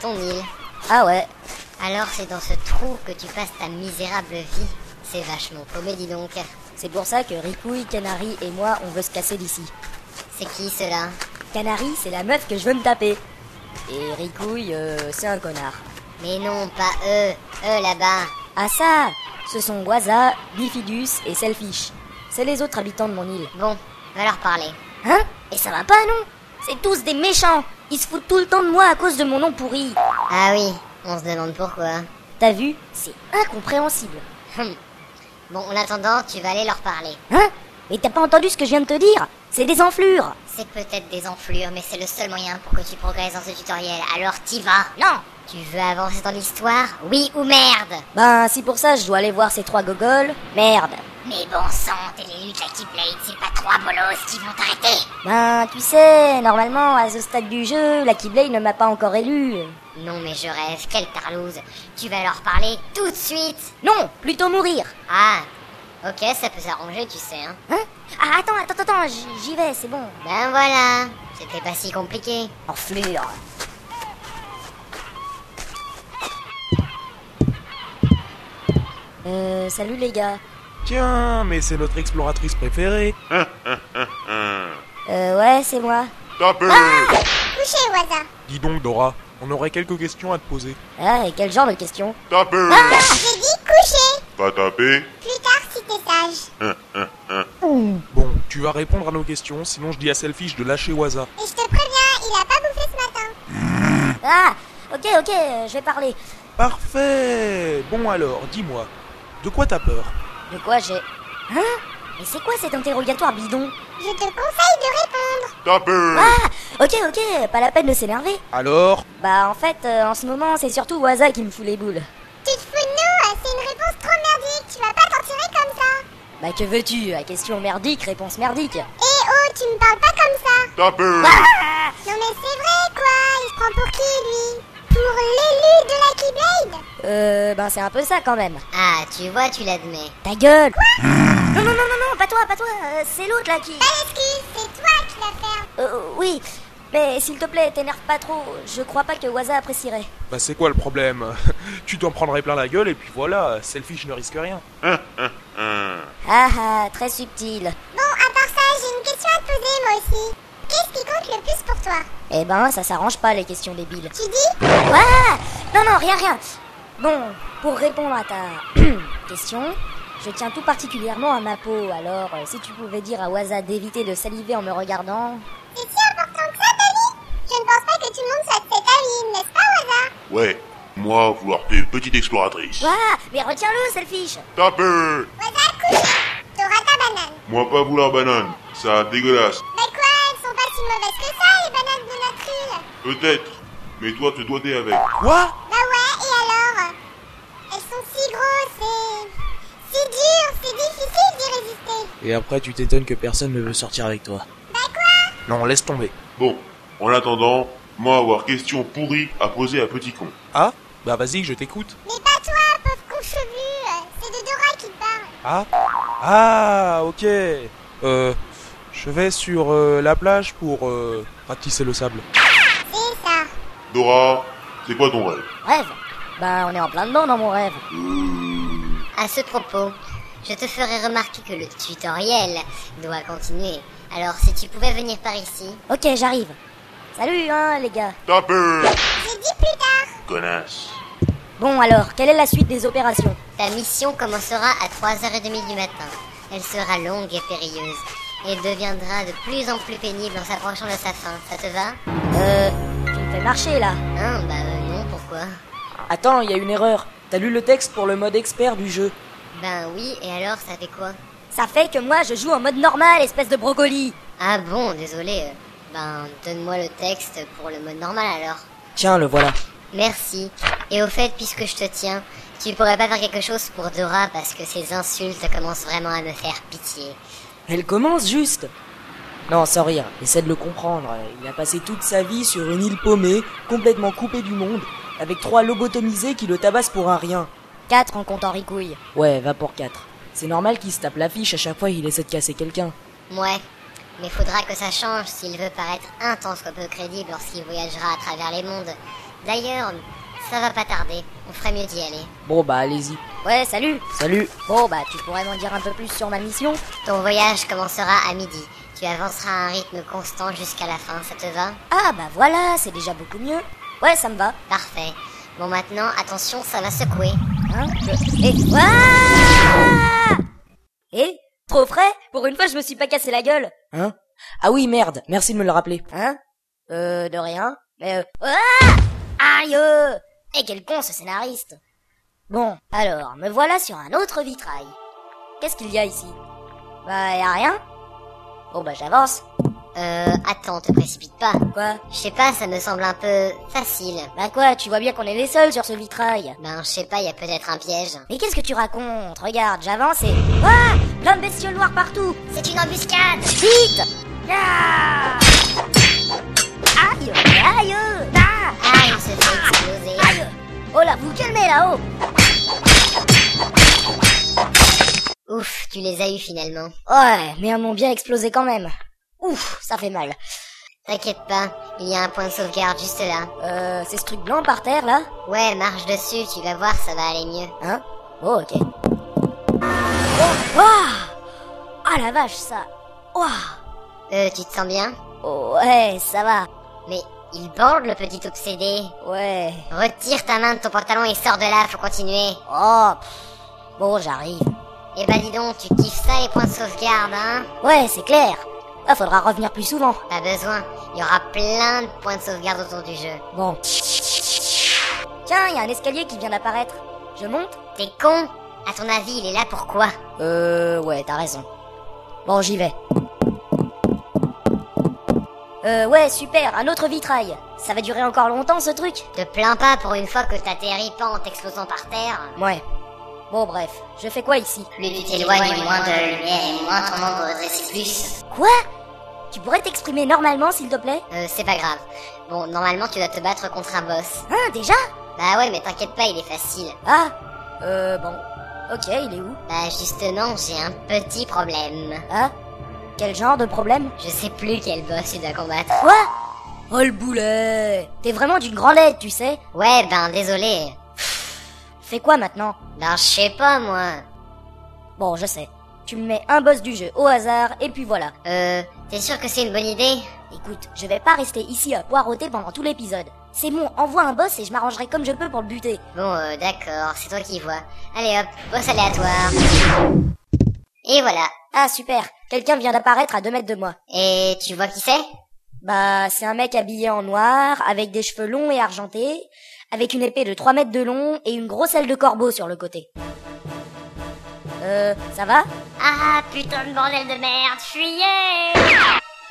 ton île. Ah ouais, Alors c'est dans ce trou que tu passes ta misérable vie. C'est vachement paumé, dis donc. c'est pour ça que Ricouille, Canary et moi, on veut se casser d'ici. C'est qui cela Canary, c'est la meuf que je veux me taper. Et Ricouille, euh, c'est un connard. Mais non, pas eux. Eux là-bas. Ah ça Ce sont Waza, Bifidus et Selfish. C'est les autres habitants de mon île. Bon, va leur parler. Hein Et ça va pas, non C'est tous des méchants Ils se foutent tout le temps de moi à cause de mon nom pourri Ah oui, on se demande pourquoi. T'as vu C'est incompréhensible. Hum. Bon, en attendant, tu vas aller leur parler. Hein Mais t'as pas entendu ce que je viens de te dire C'est des enflures C'est peut-être des enflures, mais c'est le seul moyen pour que tu progresses dans ce tutoriel. Alors t'y vas. Non Tu veux avancer dans l'histoire Oui ou merde Ben, si pour ça je dois aller voir ces trois gogoles, merde Mais bon sang, t'es l'élu de la Keyblade, c'est pas trois bolos qui vont t'arrêter Ben, tu sais, normalement, à ce stade du jeu, la Keyblade ne m'a pas encore élu. Non mais je rêve, quelle tarlouse Tu vas leur parler tout de suite Non Plutôt mourir Ah Ok, ça peut s'arranger, tu sais, hein. Hein Ah, attends, attends, attends, j- j'y vais, c'est bon. Ben voilà C'était pas si compliqué. Enflure Euh, salut les gars. Tiens, mais c'est notre exploratrice préférée. Euh, ouais, c'est moi. Tape Couchez, Waza Dis donc, Dora, on aurait quelques questions à te poser. Ah, et quel genre de question Tape J'ai dit coucher Va taper Plus tard si t'es sage. Bon, tu vas répondre à nos questions, sinon je dis à Selfish de lâcher Waza. Et je te préviens, il a pas bouffé ce matin. Ah, ok, ok, euh, je vais parler. Parfait Bon alors, dis-moi, de quoi t'as peur De quoi j'ai... Hein Mais c'est quoi cet interrogatoire bidon Je te conseille de répondre. Tape Ah, ok, ok, pas la peine de s'énerver. Alors Bah, en fait, euh, en ce moment, c'est surtout Waza qui me fout les boules. Tu te fous de nous euh, C'est une réponse trop merdique, tu vas pas t'en tirer comme ça Bah, que veux-tu À question merdique, réponse merdique. Eh oh, tu me parles pas comme ça Tape Non mais c'est vrai quoi Il se prend pour qui lui Pour l'élu de la Keyblade Euh, ben, c'est un peu ça quand même. Ah, tu vois, tu l'admets. Ta gueule Mmh. Non, non, non, non, non, pas toi, pas toi, euh, c'est l'autre là qui... Excuse, c'est toi qui l'as fait Euh, oui, mais s'il te plaît, t'énerve pas trop, je crois pas que Waza apprécierait. Bah c'est quoi le problème Tu t'en prendrais plein la gueule et puis voilà, Selfish ne risque rien. Ah ah, très subtil. Bon, à part ça, j'ai une question à te poser moi aussi. Qu'est-ce qui compte le plus pour toi Eh ben, ça s'arrange pas les questions débiles. Tu dis Ah Non, non, rien, rien Bon, pour répondre à ta question, je tiens tout particulièrement à ma peau, alors euh, si tu pouvais dire à Waza d'éviter de saliver en me regardant... C'est si important que ça ta vie Je ne pense pas que tout le monde soit de cet avis, n'est-ce pas Waza Ouais, moi vouloir t'es une petite exploratrice. Ah Mais retiens-le, selfish Tape Waza, couche T'auras ta banane Moi pas vouloir banane, ça dégueulasse. Mais quoi, elles sont pas si mauvaises que ça les bananes de notre île Peut-être, mais toi te doiter avec. Quoi Bah ouais, et alors Elles sont si grosses et... Si dures, c'est difficile d'y résister. Bah Et après, tu t'étonnes que personne ne veut sortir avec toi. Non, laisse tomber. Bon, en attendant, moi avoir question pourrie à poser à petit con. Ah Bah vas-y, je t'écoute. Mais pas toi, pauvre con chevelu, c'est de Dora qui te parle. Ah Ah, ok Euh, je vais sur euh, la plage pour euh, ratisser le sable. C'est ça. Dora, c'est quoi ton rêve Rêve Bah, on est en plein dedans dans mon rêve. À ce propos, je te ferai remarquer que le tutoriel doit continuer. Alors si tu pouvais venir par ici... Ok, j'arrive. Salut, hein, les gars. Tape J'ai dit plus tard. Connasse. Bon, alors, quelle est la suite des opérations Ta mission commencera à 3h30 du matin. Elle sera longue et périlleuse. Et deviendra de plus en plus pénible en s'approchant de sa fin. Ça te va Euh, tu me fais marcher, là. Hein Bah euh, non, pourquoi Attends, il y a une erreur. T'as lu le texte pour le mode expert du jeu. Ben oui, et alors ça fait quoi Ça fait que moi, je joue en mode normal, espèce de brocoli. Ah bon, désolé. euh, Ben, donne-moi le texte pour le mode normal alors. Tiens, le voilà. Merci. Et au fait, puisque je te tiens, tu pourrais pas faire quelque chose pour Dora parce que ces insultes commencent vraiment à me faire pitié. Elle commence juste. Non, sans rire, essaie de le comprendre. Il a passé toute sa vie sur une île paumée, complètement coupée du monde, avec trois lobotomisés qui le tabassent pour un rien. 4 en comptant ricouille. Ouais, va pour quatre. C'est normal qu'il se tape l'affiche à chaque fois qu'il essaie de casser quelqu'un. Ouais. Mais faudra que ça change s'il veut paraître un tant soit peu crédible lorsqu'il voyagera à travers les mondes. D'ailleurs, ça va pas tarder, on ferait mieux d'y aller. Bon bah allez-y. Ouais, salut Salut Bon, bah, tu pourrais m'en dire un peu plus sur ma mission Ton voyage commencera à midi. Tu avanceras à un rythme constant jusqu'à la fin, ça te va Ah, bah voilà, c'est déjà beaucoup mieux. Ouais, ça me va. Parfait. Bon maintenant, attention, ça va secouer. Hein je- Et... Ouah Eh Trop frais Pour une fois, je me suis pas cassé la gueule. Hein Ah oui merde, merci de me le rappeler. Hein Euh, de rien. Mais... Euh... Ouah Aïe euh Eh, quel con, ce scénariste Bon, alors, me voilà sur un autre vitrail. Qu'est-ce qu'il y a ici Bah, y a rien. Bon, bah, j'avance. Euh, attends, te précipite pas. Quoi Je sais pas, ça me semble un peu facile. Bah quoi, tu vois bien qu'on est les seuls sur ce vitrail. Ben, je sais pas, il y a peut-être un piège. Mais qu'est-ce que tu racontes Regarde, j'avance et... Ah Plein de bestioles noires partout C'est une embuscade Vite Ah Aïe Aïe Ah Ah, il se fait exploser. Aïe Oh là, vous calmez là-haut Ouf, tu les as eus finalement. Ouais, mais elles m'ont bien explosé quand même. Ouf, ça fait mal. T'inquiète pas, il y a un point de sauvegarde juste là. Euh, c'est ce truc blanc par terre là Ouais, marche dessus, tu vas voir, ça va aller mieux. Hein Bon, ok. Oh, Ouah Ah la vache, ça Ouah Euh, tu te sens bien Ouais, ça va. Mais il borde le petit obsédé. Ouais. Retire ta main de ton pantalon et sors de là, faut continuer. Oh pff. Bon, j'arrive. Eh bah dis donc, tu kiffes ça les points de sauvegarde, hein Ouais, c'est clair. Ah, faudra revenir plus souvent. Pas besoin, il y aura plein de points de sauvegarde autour du jeu. Bon. Tiens, il y a un escalier qui vient d'apparaître. Je monte T'es con À ton avis, il est là pourquoi Euh, ouais, t'as raison. Bon, j'y vais. Euh, ouais, super, un autre vitrail. Ça va durer encore longtemps, ce truc Te plains pas pour une fois que t'atterris pas en t'explosant par terre. Ouais. Bon, bref, je fais quoi ici Plus tu t'éloignes, moins de la lumière et moins ton nombre rétrécit plus. Quoi Tu pourrais t'exprimer normalement, s'il te plaît Euh, c'est pas grave. Bon, normalement, tu dois te battre contre un boss. Hein, déjà Bah ouais, mais t'inquiète pas, il est facile. Ah Euh, bon. Ok, il est où Bah justement, j'ai un petit problème. Ah Quel genre de problème Je sais plus quel boss tu dois combattre. Quoi Oh le boulet T'es vraiment d'une grande aide, tu sais Ouais, ben désolé. Fais quoi maintenant Ben je sais pas, moi. Bon, je sais. Tu me mets un boss du jeu au hasard, et puis voilà. Euh, t'es sûr que c'est une bonne idée Écoute, je vais pas rester ici à poireauter pendant tout l'épisode. C'est bon, envoie un boss et je m'arrangerai comme je peux pour le buter. Bon, euh, d'accord, c'est toi qui vois. Allez hop, boss aléatoire. Et voilà. Ah super, quelqu'un vient d'apparaître à deux mètres de moi. Et tu vois qui c'est Bah, c'est un mec habillé en noir, avec des cheveux longs et argentés, avec une épée de 3 mètres de long et une grosse aile de corbeau sur le côté. Euh, ça va Ah putain de bordel de merde, fuyez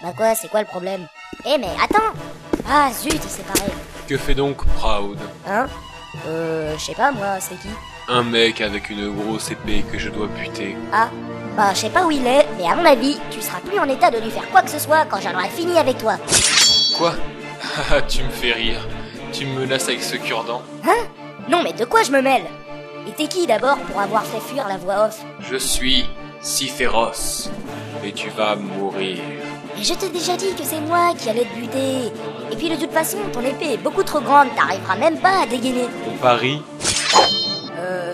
Bah quoi, c'est quoi le problème Eh mais attends Ah zut, il s'est paré. Que fait donc Proud Hein Euh, je sais pas moi, c'est qui Un mec avec une grosse épée que je dois buter. Ah, bah je sais pas où il est, mais à mon avis, tu seras plus en état de lui faire quoi que ce soit quand j'en aurai fini avec toi. Quoi Ah, Tu me fais rire. Tu me menaces avec ce cure-dent. Non mais de quoi je me mêle Et t'es qui d'abord pour avoir fait fuir la voix off Je suis si féroce. Et tu vas mourir. Mais je t'ai déjà dit que c'est moi qui allais te buter. Et puis de toute façon, ton épée est beaucoup trop grande, t'arriveras même pas à dégainer. Mon pari Euh,